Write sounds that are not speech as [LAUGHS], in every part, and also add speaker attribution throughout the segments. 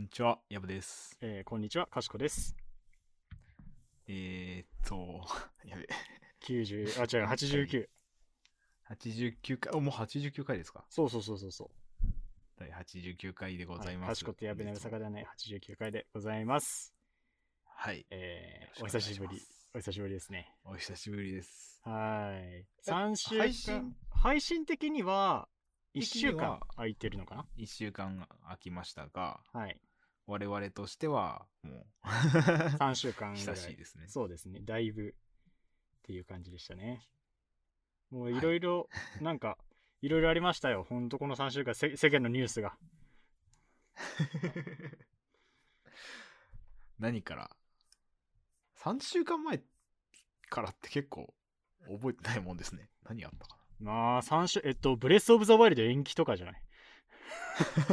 Speaker 1: んにちは、やぶです。
Speaker 2: えーこんにちは、かしこです。
Speaker 1: えー、っと、 [LAUGHS] やべ、
Speaker 2: 90、あ、違う、89。
Speaker 1: 89回、おもう89回ですか。
Speaker 2: そうそうそうそうそう。
Speaker 1: 第89回でございま
Speaker 2: は
Speaker 1: す。
Speaker 2: いかしこってやべなべさかだね、89回でございます。
Speaker 1: はい。
Speaker 2: えー
Speaker 1: よろ
Speaker 2: お
Speaker 1: く
Speaker 2: 久しぶ
Speaker 1: お願い
Speaker 2: り
Speaker 1: ま。す
Speaker 2: お久しぶりですね。
Speaker 1: お久しぶりです。
Speaker 2: はい。3週間
Speaker 1: 配信
Speaker 2: 配信的には、1
Speaker 1: 的には
Speaker 2: 週間空いてるのかな
Speaker 1: 1週間空きましたが、 [LAUGHS]
Speaker 2: はい。
Speaker 1: 我々としては、も
Speaker 2: 3週間
Speaker 1: う、
Speaker 2: ぐら
Speaker 1: 久しい
Speaker 2: い。
Speaker 1: ですね。
Speaker 2: そうですね。だいぶ、っていう感じでしたね。もういろいろ、なんか、いろいろありましたよ。ほんとこの3週間、せ世間のニュースが。
Speaker 1: 何から ?3 週間前からって結構覚えてないもんですね。何あったかな
Speaker 2: まあ、3週、えっと、ブレスオブザワイルド延期とかじゃない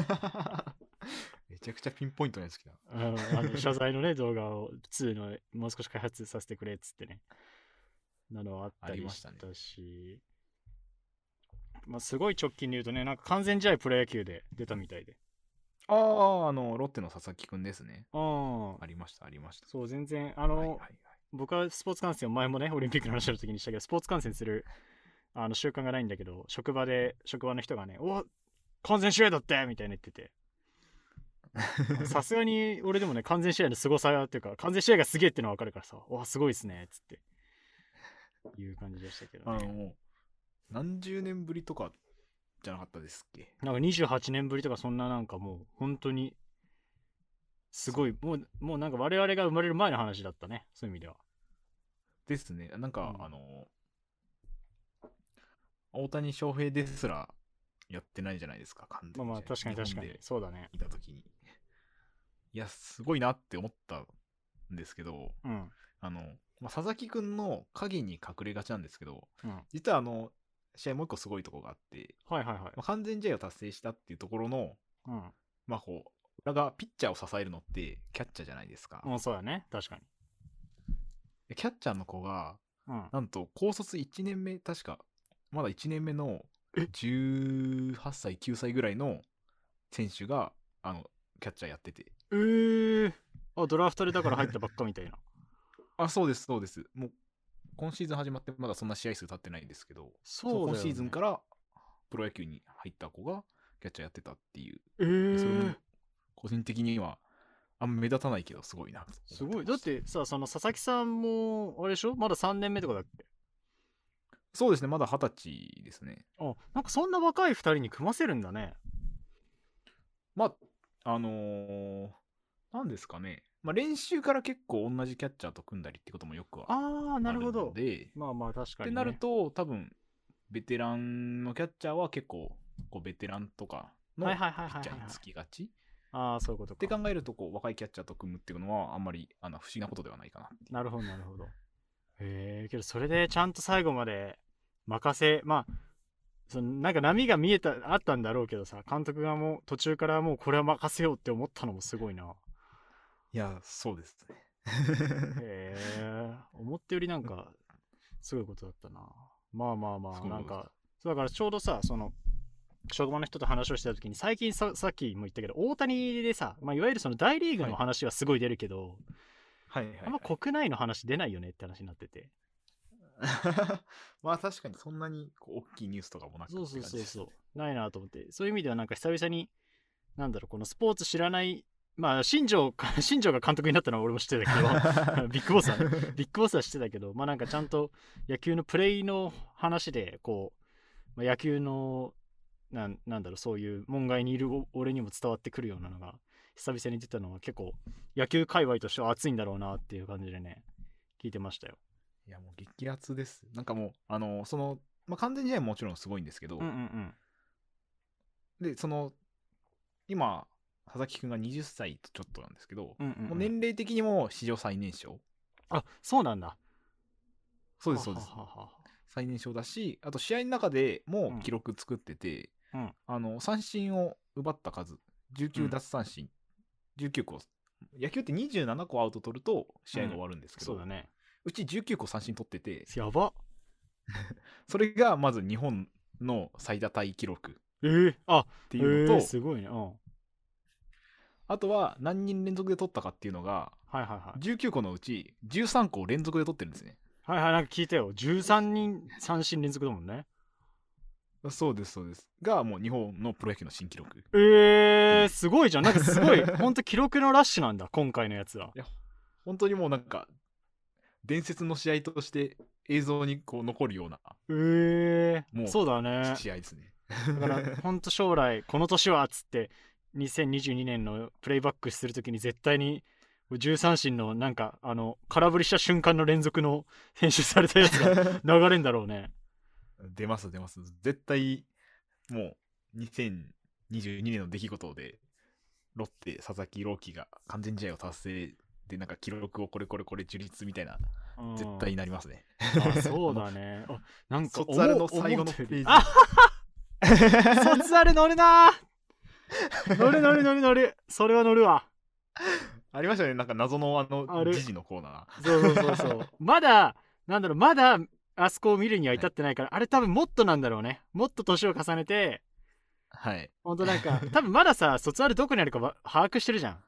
Speaker 1: [LAUGHS] めちゃくちゃピンポイントのやつ来た。
Speaker 2: うんあの謝罪のね、動画を2のもう少し開発させてくれっつってね。なのはあった
Speaker 1: あり
Speaker 2: り
Speaker 1: まし
Speaker 2: した
Speaker 1: ね
Speaker 2: たし。まあ、すごい直近で言うとね、なんか完全試合プロ野球で出たみたいで。
Speaker 1: ああ、あの、ロッテの佐々木くんですね。
Speaker 2: うん。
Speaker 1: ありました、ありました。
Speaker 2: そう、全然、あの、
Speaker 1: はいはいはい、
Speaker 2: 僕はスポーツ観戦を前もね、 [LAUGHS] オリンピックの話の時にしたけど、スポーツ観戦するあの習慣がないんだけど、職場で、職場の人がね、お完全試合だってみたいな言って
Speaker 1: [LAUGHS]
Speaker 2: て。さすがに俺でもね完全試合の凄さっていうか完全試合がすげえってのは分かるからさわあすごいですねっつっていう感じでしたけど、
Speaker 1: あ
Speaker 2: ね、
Speaker 1: の、もう、何十年ぶりとかじゃなかったですっけ
Speaker 2: なんか28年ぶりとかそんななんかもう本当にすごいもうもうなんか我々が生まれる前の話だったねそういう意味では
Speaker 1: ですね。なんか、
Speaker 2: うん
Speaker 1: あの、大谷翔平ですらやってないじゃないですか、完
Speaker 2: ま
Speaker 1: 全
Speaker 2: あ
Speaker 1: に
Speaker 2: まあ確かに
Speaker 1: 日
Speaker 2: 確かに
Speaker 1: 本で
Speaker 2: そうだね
Speaker 1: いた時に。いや、すごいなって思ったんですけど、
Speaker 2: うん
Speaker 1: あの、まあ、佐々木くんの影に隠れがちなんですけど、
Speaker 2: うん
Speaker 1: 実はあの、試合もう一個すごいとこがあって、
Speaker 2: はいはいはい
Speaker 1: まあ、完全試合を達成したっていうところの、
Speaker 2: うん
Speaker 1: まあこう、裏がピッチャーを支えるのってキャッチャーじゃないですか。
Speaker 2: うん、そうだね。確かに。
Speaker 1: でキャッチャーの子が、
Speaker 2: うん。
Speaker 1: なんと高卒1年目、確か、まだ1年目の18歳、9歳ぐらいの選手が、あの、キャッチャーやってて。
Speaker 2: えー、あ、ドラフトでだから入ったばっかみたいな。
Speaker 1: あ、そうです、そうです。もう、今シーズン始まって、まだそんな試合数経ってないんですけど、
Speaker 2: そ。
Speaker 1: 今シーズンかららプロ野球に入った子がキャッチャーやってたっていう、
Speaker 2: え
Speaker 1: それも
Speaker 2: ー、
Speaker 1: 個人的には、あんま目立たないけど、すごいなと思て
Speaker 2: すごい。だ
Speaker 1: ま
Speaker 2: っ
Speaker 1: した
Speaker 2: てさ、その佐々木さんも、あれでしょまだ3年目とかだっけ
Speaker 1: そうですね、まだ二十歳ですね。
Speaker 2: あ、なんかそんな若い2人に組ませるんだね。
Speaker 1: まあ、あのーなんですかね、まあ、練習から結構同じキャッチャーと組んだりってこともよくは
Speaker 2: あー、なるほ
Speaker 1: あ
Speaker 2: ど
Speaker 1: の。で、
Speaker 2: まあまあ確か
Speaker 1: って
Speaker 2: に、ね。
Speaker 1: なる。と、多分ベテランのキャッチャーは結構、こうベテランとかの
Speaker 2: は
Speaker 1: ピ
Speaker 2: いはいはいはいは
Speaker 1: ッ
Speaker 2: い
Speaker 1: チャーにつきがち。っ
Speaker 2: あー、そういうこと
Speaker 1: て
Speaker 2: か。
Speaker 1: 考えると、こう若いキャッチャーと組むっていうのは、あんまりあの不思議なことではないかなっていう
Speaker 2: なるほど、なるほど。へえー、けどそれでちゃんと最後まで任せ、まあ、そのなんか波が見えた、あったんだろうけどさ、監督がもう途中からもうこれは任せようって思ったのもすごいな。
Speaker 1: いや、そうですね。
Speaker 2: へえ、思ったよりなんか、すごいことだったな。まあまあまあ、
Speaker 1: そう
Speaker 2: なんか、そうだからちょうどさ、その、職場の人と話をしてた時に、最近ささっきも言ったけど、大谷でさ、まあ、いわゆるその大リーグの話はすごい出るけど、
Speaker 1: はいはい、はい。
Speaker 2: あんま国内の話出ないよねって話になってて。
Speaker 1: [LAUGHS] まあ確かにそんなにこう大きいニュースとかもなく
Speaker 2: そう
Speaker 1: って
Speaker 2: そう
Speaker 1: 感じ
Speaker 2: そう
Speaker 1: です
Speaker 2: そ
Speaker 1: ね
Speaker 2: う。ないなと思って、そういう意味ではなんか久々に、なんだろう、このスポーツ知らない、まあ、新庄 [LAUGHS] か、新庄が監督になったのは俺も知ってたけ
Speaker 1: [LAUGHS]
Speaker 2: ど、[LAUGHS] ビッグボスはね、ビッグボスはしてたけど、まあなんかちゃんと野球のプレイの話で、こう、まあ、野球の、なんなんだろう、そういう門外にいるお俺にも伝わってくるようなのが、久々に出たのは結構、野球界隈としては熱いんだろうなっていう感じでね、聞いてましたよ。
Speaker 1: いやもう激アツです。なんかもう、あの、その、まあ、完全試合ももちろんすごいんですけど、
Speaker 2: うんうんうん。
Speaker 1: で、その、今、佐々木くんが20歳とちょっとなんですけど、
Speaker 2: うんうんうん
Speaker 1: もう年齢的にも史上最年少。
Speaker 2: あ、そうなんだ。
Speaker 1: そうです、そうです
Speaker 2: は。ははは
Speaker 1: 最年少だし、あと試合の中でもう記録作ってて、
Speaker 2: うんうん
Speaker 1: あの、三振を奪った数、
Speaker 2: うん
Speaker 1: 19奪三振、19個。野球って27個アウト取ると試合が終わるんですけど、
Speaker 2: そうだね。
Speaker 1: うち19個三振取ってて、
Speaker 2: やば。
Speaker 1: それがまず日本の最多タイ記録っ
Speaker 2: ええあ、
Speaker 1: ていうのと、
Speaker 2: えーすごいね。うん。
Speaker 1: あとは何人連続で取ったかっていうのが
Speaker 2: はいはいはい。
Speaker 1: 19個のうち13個を連続で取ってるんですね
Speaker 2: はいはい、なんか聞いたよ。13人三振連続だもんね。
Speaker 1: そうですそうですがもう日本のプロ野球の新記録い
Speaker 2: えー、すごいじゃん。なんかす [LAUGHS] ごい、ほんと記録のラッシュなんだ、今回のやつは。
Speaker 1: や本当にもうなんか伝説の試合として映像にこう残るような
Speaker 2: えー、
Speaker 1: もう
Speaker 2: そうだね。
Speaker 1: 試合ですね、 [LAUGHS]
Speaker 2: だから、ほんと将来、この年はっつって、2022年のプレイバックするときに絶対に、13神のなんか、あの、空振りした瞬間の連続の編集されたやつが流れんだろうね。
Speaker 1: 出ます出ます絶対もう2022年の出来事でロッテ佐々木朗希が完全試合を達成でなんか記録をこれこれこれ樹立みたいな
Speaker 2: うん
Speaker 1: 絶対になりますね
Speaker 2: あそうだね。あなんか思う、
Speaker 1: 卒アルの最後のページ
Speaker 2: 思ったよりあ卒アル乗るな乗る乗る乗る乗る。それは乗るわ。
Speaker 1: ありましたねなんか謎のあの
Speaker 2: ある
Speaker 1: 時事のコーナ
Speaker 2: そうそうそうそう。まだ、なんだろう、まだ、あそこを見るには至ってないから、あれ多分もっとなんだろうね。もっと年を重ねて、
Speaker 1: ーはい
Speaker 2: ほんとなんか、多分まださ、卒アルどこにあるかわ把握してるじゃん。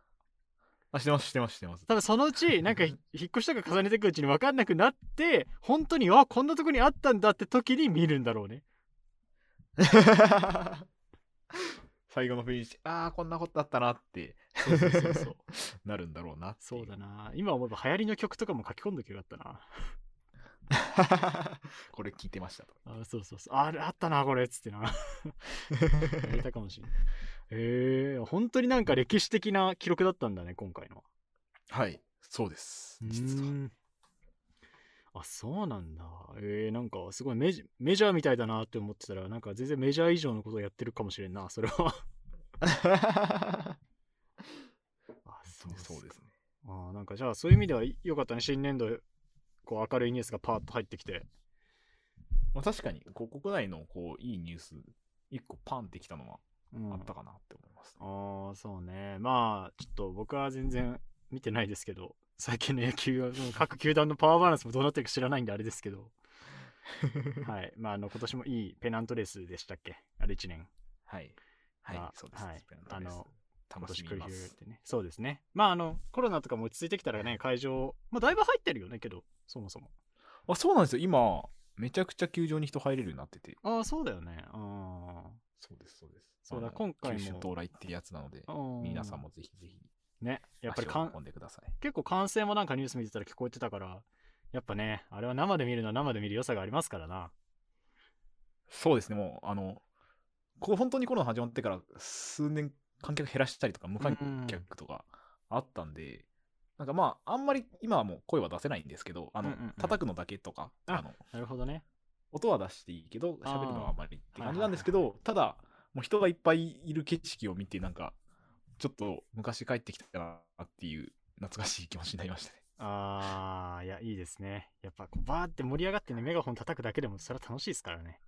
Speaker 1: あしてますしてますして
Speaker 2: [LAUGHS]
Speaker 1: ます
Speaker 2: 多分そのうち、なんか、ひ引っ越しとか重ねていくうちに分かんなくなって、本当に、あ、こんなとこにあったんだって時に見るんだろうね。
Speaker 1: 最後のページああこんなことあったなって
Speaker 2: そうそうそう [LAUGHS] そう。
Speaker 1: なるんだろうなってい
Speaker 2: そうだな。今思えば流行りの曲とかも書き込んどきゃよかったな。
Speaker 1: [LAUGHS] これ聞いてました
Speaker 2: [LAUGHS]
Speaker 1: と
Speaker 2: あそうそうそう。あれあったな、これっつってな。
Speaker 1: [LAUGHS]
Speaker 2: やりたかもしれない。へえ本当になんか歴史的な記録だったんだね、今回のは。
Speaker 1: はいそうです実
Speaker 2: う
Speaker 1: は
Speaker 2: んあ、そうなんだ。えー、なんかすごいメジメジャーみたいだなって思ってたら、なんか全然メジャー以上のことをやってるかもしれんな、そ
Speaker 1: [LAUGHS]
Speaker 2: れは。 [LAUGHS] あ
Speaker 1: そうそうですね
Speaker 2: あーなんかじゃあそういう意味では良かったね、新年度、こう明るいニュースがパーッと入ってきて。
Speaker 1: まあ、確かにこう国内のこういいニュース一個パンってきたのは
Speaker 2: うん
Speaker 1: あったかなって思います、
Speaker 2: ああ、そうね。まあ、ちょっと僕は全然見てないですけど、最近の野球
Speaker 1: [LAUGHS]
Speaker 2: は、その各球団のパワーバランスもどうなってるか知らないんであれですけど、はい。まあ、あの、今年もいいペナントレースでしたっけあれ1年。
Speaker 1: はいはい、
Speaker 2: まあ
Speaker 1: そうです、
Speaker 2: はい
Speaker 1: ペナントレース
Speaker 2: あの今
Speaker 1: 楽
Speaker 2: 年
Speaker 1: し
Speaker 2: 繰
Speaker 1: み
Speaker 2: り
Speaker 1: ま
Speaker 2: 広げ
Speaker 1: す
Speaker 2: てね。そうですね。まあ、あの、コロナとかも落ち着いてきたらね、会場、まあ、だいぶ入ってるよね、けど、そもそも。
Speaker 1: あそうなんですよ今めちゃくちゃ球場に人入れるようになってて
Speaker 2: ああ、そうだよね。あ
Speaker 1: そうですそうです
Speaker 2: そうだ
Speaker 1: あの
Speaker 2: 今回も
Speaker 1: 球種到来ってやつなので
Speaker 2: あー。
Speaker 1: 皆さんもぜひぜひ
Speaker 2: ね、やっぱり
Speaker 1: 足
Speaker 2: か
Speaker 1: を
Speaker 2: ん
Speaker 1: 運んでください
Speaker 2: 結構歓声もなんかニュース見てたら聞こえてたから、やっぱね、あれは生で見るのは生で見る良さがありますからな。
Speaker 1: そうですねもうあのこう本当にコロナ始まってから数年観客減らしたりとか無観客とかあったんで、なんかまああんまり今はもう声は出せないんですけどあの、
Speaker 2: うんうんうん
Speaker 1: 叩くのだけとか
Speaker 2: あ
Speaker 1: あの
Speaker 2: なるほどね。
Speaker 1: 音は出していいけど
Speaker 2: あー
Speaker 1: 喋るのはあまりって感じ
Speaker 2: は
Speaker 1: ない
Speaker 2: はいはい
Speaker 1: んですけど、ただもう人がいっぱいいる景色を見てなんかちょっと昔帰ってきたなっていう懐かしい気持ちになりま
Speaker 2: [LAUGHS]
Speaker 1: したね
Speaker 2: ああ、いや、いいですね。やっぱこう、バーって盛り上がってね、メガホン叩くだけでも、それは楽しいですからね。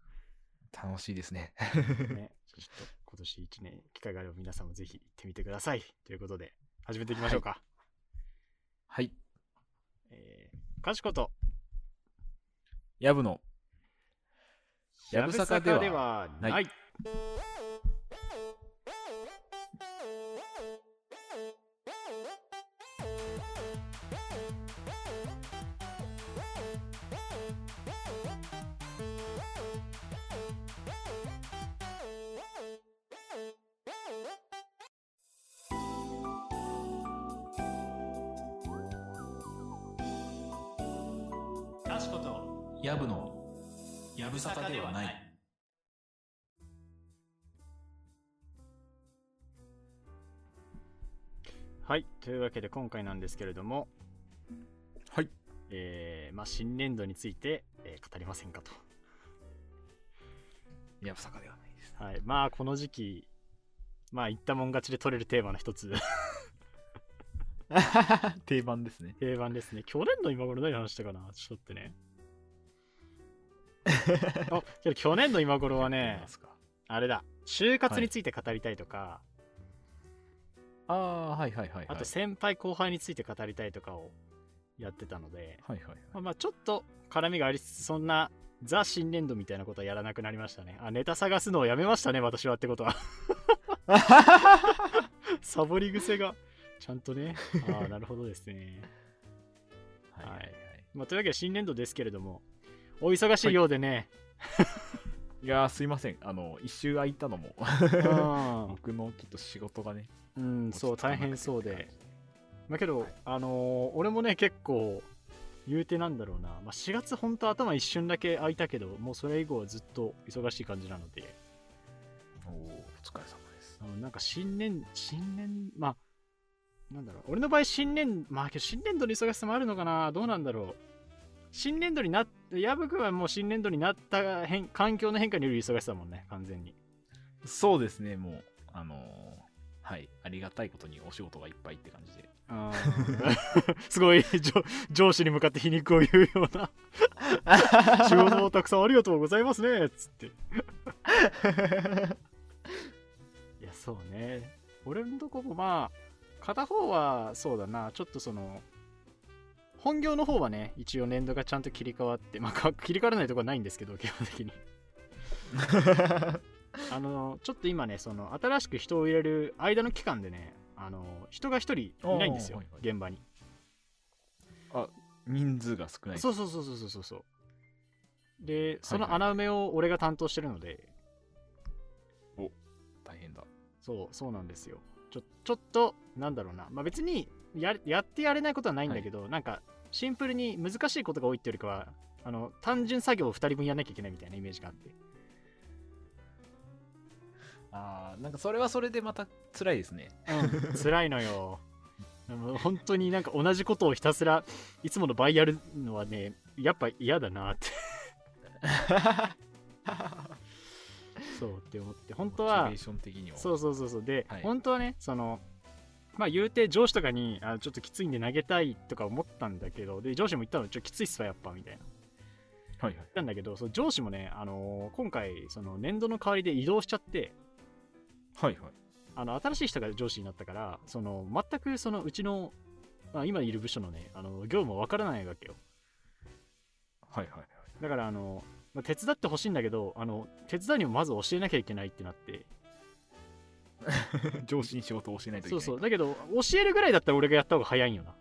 Speaker 1: 楽しいですね
Speaker 2: ねちょっと、今年1年、機会があれば皆さんもぜひ行ってみてください。ということで、始めていきましょうか。
Speaker 1: [LAUGHS] はい
Speaker 2: えー、かしこと、
Speaker 1: やぶのやぶさかでは
Speaker 2: やぶはない。
Speaker 1: ない
Speaker 2: かしこと、
Speaker 1: やぶのやぶさかではない
Speaker 2: はい。というわけで、今回なんですけれども、
Speaker 1: はい
Speaker 2: えー、まあ、新年度について、えー語りませんかと。
Speaker 1: やぶさかではないです
Speaker 2: はい。まあ、この時期、まあ、言ったもん勝ちで取れるテーマの一つ。 [LAUGHS]
Speaker 1: [LAUGHS] 定番ですね
Speaker 2: 定番ですね。去年の今頃何話したかなちょっと待っ
Speaker 1: [LAUGHS]
Speaker 2: てね。あ、けど去年の今頃
Speaker 1: [LAUGHS] やっ
Speaker 2: は
Speaker 1: てみ
Speaker 2: ね
Speaker 1: ま、すか
Speaker 2: あれだ。就活について語りたいとか、
Speaker 1: ああはいはいはいはい
Speaker 2: あと先輩後輩について語りたいとかをやってたので、
Speaker 1: はいはいはい
Speaker 2: まあ、まあちょっと絡みがありつつ、そんな
Speaker 1: [LAUGHS]
Speaker 2: ザ新年度みたいなことはやらなくなりましたね。あ、ネタ探すのをやめましたね、私はってことは。サボり癖がちゃんとね。ああ、なるほどですね。はいはいまあ、というわけで新年度ですけれども、お忙しいようでね。
Speaker 1: いやーすいません。あの、一周空いたのも、
Speaker 2: うん
Speaker 1: 僕のちょっと仕事がね。
Speaker 2: うん、そう、
Speaker 1: 落ち着かな
Speaker 2: 大
Speaker 1: くて
Speaker 2: 変そう
Speaker 1: って
Speaker 2: で
Speaker 1: 感。じ
Speaker 2: まあけど、
Speaker 1: はい
Speaker 2: あのー俺もね、結構、言うてなんだろうな。まあ、4月、本当頭一瞬だけ空いたけど、もうそれ以後はずっと忙しい感じなので、
Speaker 1: おーお疲れ様です。
Speaker 2: あのなんか新年、新年、まあ、なんだろう、俺の場合、新年、まあ、けど新年度の忙しさもあるのかな、どうなんだろう。新年度になって、矢吹君はもう新年度になった変環境の変化による忙しさだもんね、完全に。
Speaker 1: そうですね、もう、あのーはい、ありがたいことにお仕事がいっぱいって感 [LAUGHS] じで。
Speaker 2: あ
Speaker 1: [LAUGHS]
Speaker 2: ー [LAUGHS] すごい上上司に向かって皮肉を言うような [LAUGHS] 仕事もたくさんありがとうございますねつっていやそうね俺のとこもまあ片方はそうだなちょっとその本業の方はね一応年度がちゃんと切り替わってまあか切り替わらないとこはないんですけど基本的 [LAUGHS] にあのちょっと今ねその新しく人を入れる間の期間でねあの人が一人いないんですよ、
Speaker 1: おーはいはい
Speaker 2: 現場に
Speaker 1: 人数が少ない。
Speaker 2: そうそうそうそうそうそうそうでそ
Speaker 1: は
Speaker 2: の
Speaker 1: い
Speaker 2: 穴埋めを俺が担当してるので、
Speaker 1: 大変だ。
Speaker 2: そうそうなんですよちょちょっとなんだろうな、まあ、別にややってやれないことはないんだけど、なんかシンプルに難しいことが多いっていうよりかはあの単純作業を2人分やんなきゃいけないみたいなイメージがあって
Speaker 1: あーなんかそれはそれでまた辛いですね。
Speaker 2: うん、 [LAUGHS] 辛いのよ。もう本当になんか同じことをひたすらいつもの倍やるのはね、やっぱ嫌だな
Speaker 1: [LAUGHS]
Speaker 2: って。そうって思って、本当
Speaker 1: モチ
Speaker 2: は
Speaker 1: ベー、ション的には。
Speaker 2: そうそうそうそう、で、
Speaker 1: はい
Speaker 2: 本当はね、その、まあ言うて上司とかにあちょっときついんで投げたいとか思ったんだけど、で、上司も言ったの、ちょっときついっすわ、やっぱみたいな。言っ
Speaker 1: はいはい。
Speaker 2: たんだけど、そう上司もね、あのー今回、その年度の代わりで移動しちゃって、
Speaker 1: はいはい。
Speaker 2: あの新しい人が上司になったからその全くそのうちの、まあ、今いる部署のねあの業務もわからないわけよ
Speaker 1: はいはいはい。
Speaker 2: だからあの、まあ手伝ってほしいんだけどあの手伝いにもまず教えなきゃいけないってなって
Speaker 1: 上司に仕事を教えないといけ
Speaker 2: そ
Speaker 1: ない。
Speaker 2: うそうだけど教えるぐらいだったら俺がやった方が早いんよな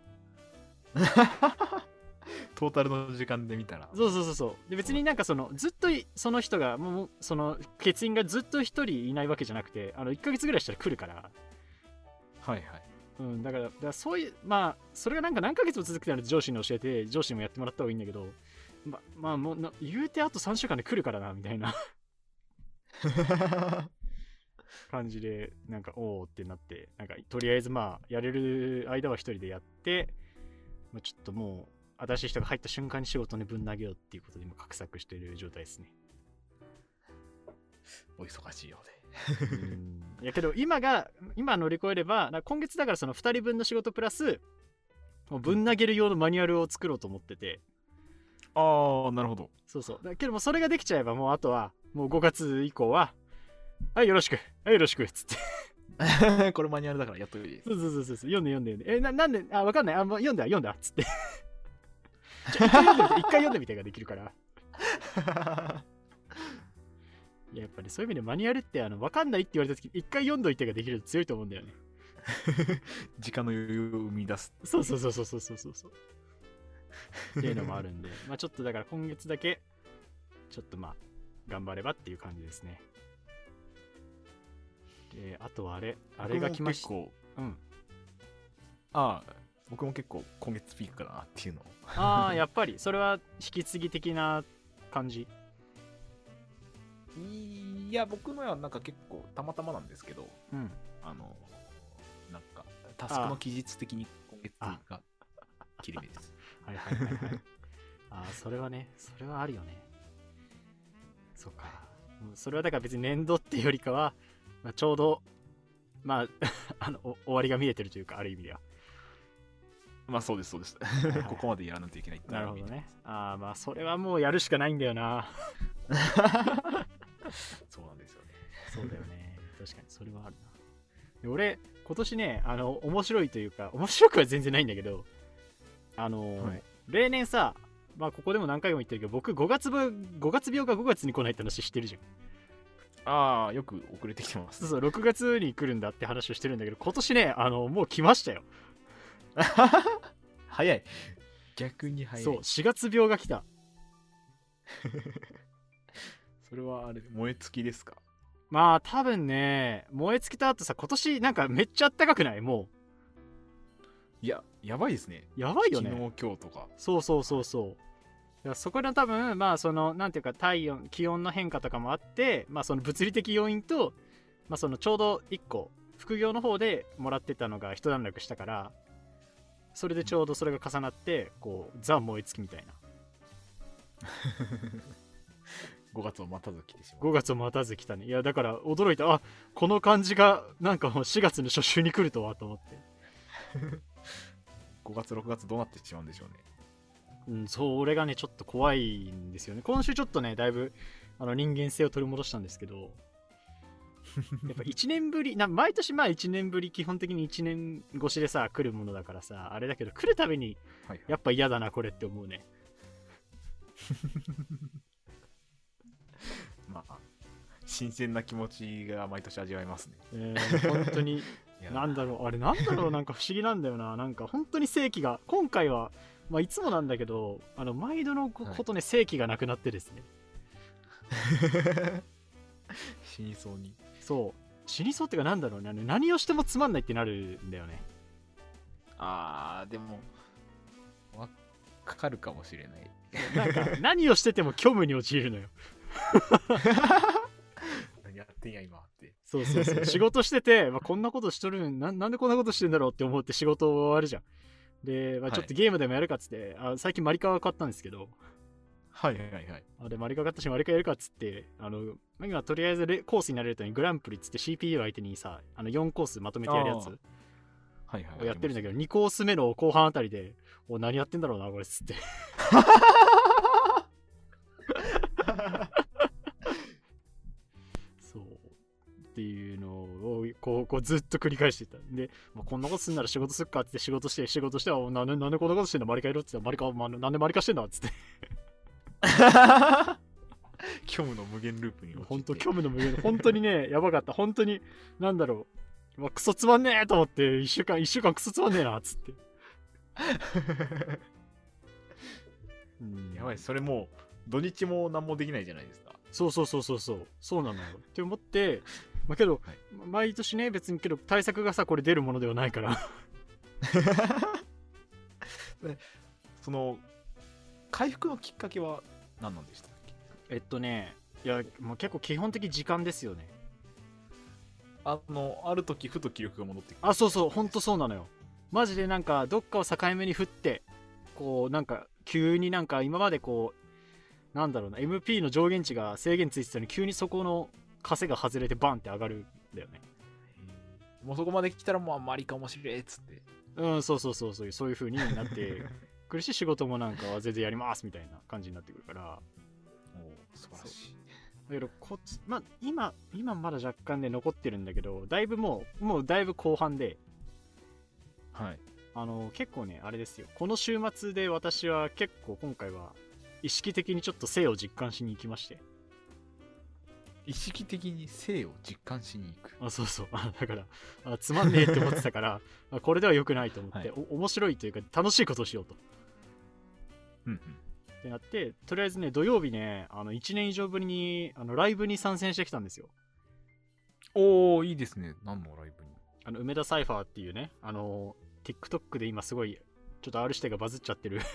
Speaker 1: トータルの時間で見たら。
Speaker 2: そうそうそうそうで別になんかそのずっといその人がもうその欠員がずっと一人いないわけじゃなくてあの1ヶ月ぐらいしたら来るから
Speaker 1: はい [LAUGHS] はい。
Speaker 2: うん、だからだからそういうまあそれがなんか何ヶ月も続くってなると上司に教えて上司にもやってもらった方がいいんだけどままあもうな言うてあと3週間で来るからなみたいな感じでなんかおおってなってなんかとりあえずまあやれる間は一人でやって、まあ、ちょっともう新しい人が入った瞬間に仕事にぶん投げようっていうことで今画策してる状態ですね
Speaker 1: お忙しいようで。
Speaker 2: うんいやけど今が今乗り越えればなんか今月だからその2人分の仕事プラスもうぶん投げる用のマニュアルを作ろうと思ってて、
Speaker 1: ああ、なるほど。
Speaker 2: そうそう。だけどもそれができちゃえばもうあとはもう5月以降ははいよろしくはいよろしくっつって
Speaker 1: [LAUGHS]
Speaker 2: [LAUGHS]
Speaker 1: これマニュアルだからやっといて [LAUGHS]
Speaker 2: そうそうそうそう読んで読んで読んでえななんであわかんないあもう読んだ読んだっつってちょ一回読んでみて一回読んでみてができるからいややっぱり、そういう意味でマニュアルってあのわかんないって言われた時一回読んどいてができると強いと思うんだよね
Speaker 1: 時間の余裕を生み出す。
Speaker 2: そうそうそうそうそうそうそうそうっていうのもあるんでまあちょっとだから今月だけちょっとまあ頑張ればっていう感じですねであとはあれあれが来ました
Speaker 1: 僕も結
Speaker 2: うん、
Speaker 1: 構ああ、僕も結構今月ピークだなっていうのを。
Speaker 2: ああやっぱりそれは引き継ぎ的な感じ
Speaker 1: いや、僕のはなんか結構たまたまなんですけど、
Speaker 2: うん
Speaker 1: あの、なんかタスクの期日的に今月が切れ目です。
Speaker 2: はいはいはい [LAUGHS] はいああそれはねそれはあるよねそっかうんそれはだから別に年度っていうよりかは、まあ、ちょうどまあ [LAUGHS] あのお終わりが見えてるというかある意味では
Speaker 1: まあそうです、そうです
Speaker 2: いはい。
Speaker 1: ここまでやらないといけないって
Speaker 2: なるほどねああまあそれはもうやるしかないんだよな
Speaker 1: そうなんですよね。
Speaker 2: そうだよね確かにそれはあるなで俺今年ねあの面白いというか面白くは全然ないんだけどあのー
Speaker 1: はい
Speaker 2: 例年さまあここでも何回も言ってるけど僕5月分5月病が5月に来ないって話してるじゃん
Speaker 1: ああ、よく遅れてきてます。
Speaker 2: そう [LAUGHS] そう6月に来るんだって話をしてるんだけど今年ねあのもう来ましたよ、
Speaker 1: 早い。逆に早い。
Speaker 2: そう4月病が来た
Speaker 1: それはあれ、燃え尽きですか
Speaker 2: まあ多分ね燃え尽きた後さ今年なんかめっちゃあったかくないも
Speaker 1: いや、やばいですね。
Speaker 2: うやばいよね
Speaker 1: 昨日、今日とか。
Speaker 2: そうそうそうそうだからそこの多分まあそのなんていうか体温気温の変化とかもあってまあその物理的要因と、まあ、そのちょうど1個副業の方でもらってたのが一段落したからそれでちょうどそれが重なってこうザ燃え尽きみたいな
Speaker 1: 5月を待たず来てしま
Speaker 2: 5
Speaker 1: う。
Speaker 2: 月を待たず来たねいやだから驚いたあこの感じがなんかもう4月の初週に来るとはと思って
Speaker 1: 5月、6月どうなってしまうんでしょうね。
Speaker 2: うん、そう、俺がね、ちょっと怖いんですよね。今週ちょっとね、だいぶあの人間性を取り戻したんですけ
Speaker 1: [LAUGHS]
Speaker 2: ど、やっぱ1年ぶり、な毎年まあ1年ぶり、基本的に1年越しでさ、来るものだからさ、あれだけど、来るたびに
Speaker 1: はい、はい。
Speaker 2: やっぱ嫌だな、これって思うね。
Speaker 1: まあ、新鮮な気持ちが毎年味わえますね。
Speaker 2: えー、本当に、
Speaker 1: [LAUGHS] いや
Speaker 2: なんだろう、あれなんだろう、なんか不思議なんだよな、なんか本当に正規が、今回は、まあいつもなんだけど、あの毎度のこ
Speaker 1: はい
Speaker 2: ことね、正規がなくなってですね、
Speaker 1: 死にそうに。
Speaker 2: そう、死にそうっていうか、なんだろうね、あの何をしてもつまんないってなるんだよね。
Speaker 1: ああ、でも、わかるかもしれない。
Speaker 2: なんか何をしてても虚無に陥るのよ。
Speaker 1: 何やってんや、今って。
Speaker 2: そうそうそう。仕事してて、まあ、こんなことしとるんな、なんでこんなことしてんだろうって思って仕事終わるじゃん。で、ま
Speaker 1: は
Speaker 2: あ、
Speaker 1: い
Speaker 2: ちょっとゲームでもやるかっつって、あ最近マリカ買ったんですけど、
Speaker 1: はいはいはい。
Speaker 2: あでマリカ買ったし、マリカやるかっつって、あの、まあ今とりあえずレコースになれるためにグランプリっつって CPU 相手にさ、あの4コースまとめてやるやつ
Speaker 1: はいはい、
Speaker 2: をやってるんだけど、2コース目の後半あたりで、お何やってんだろうな、これ
Speaker 1: [LAUGHS]
Speaker 2: っつって。そう。っていうのをこうこうずっと繰り返してた。で、まあ、こんなことすんなら仕事すっかっつって仕事して仕事してはなんでなんでこんなことしてんだマリカいろっつってマリカまあなんでマリカしてんだっつって
Speaker 1: [LAUGHS] 虚無の無限ループに陥って
Speaker 2: 本当虚無の無限本当に [LAUGHS] ねやばかった本当になんだろう、まあ、クソつまんねえと思って1週間1週間クソつまんねえなっつ [LAUGHS] って、うん
Speaker 1: やばいそれもう土日も何もできないじゃないですか
Speaker 2: そうそうそうそうそうそうなのよって思ってまあけど、
Speaker 1: はい
Speaker 2: ま毎年ね別にけど対策がさこれ出るものではないから
Speaker 1: その回復のきっかけは何なんでしたっけ
Speaker 2: えっとねいやもう結構基本的時間ですよね
Speaker 1: あのある時ふと気力が戻ってき
Speaker 2: あそうそうほんとそうなのよマジでなんかどっかを境目に振ってこうなんか急になんか今までこうなんだろうな MP の上限値が制限ついてたのに急にそこの枷が外れてバンって上がるんだよね
Speaker 1: てもうそこまで来たらもうあんまりかもしれんっつって
Speaker 2: うんそうそうそうそうそういう風になって苦しい仕事もなんかは全然やりますみたいな感じになってくるから
Speaker 1: もう素晴らしい
Speaker 2: だけどこっちまあ今今まだ若干ね残ってるんだけどだいぶもうもうだいぶ後半で
Speaker 1: はい
Speaker 2: あの結構ねあれですよこの週末で私は結構今回は意識的にちょっと性を実感しに行きまして
Speaker 1: 意識的に性を実感しに行く
Speaker 2: あそうそうあだからあつまんねえって思ってたから [LAUGHS] あこれでは良くないと思って、
Speaker 1: はい
Speaker 2: お面白いというか楽しいことをしようと
Speaker 1: うん
Speaker 2: ってなってとりあえずね土曜日ねあの1年以上ぶりにあのライブに参戦してきたんですよ
Speaker 1: うん、おおいいですね何のライブに
Speaker 2: あの梅田サイファーっていうねあの TikTok で今すごいちょっと R 指定がバズっちゃってる [LAUGHS]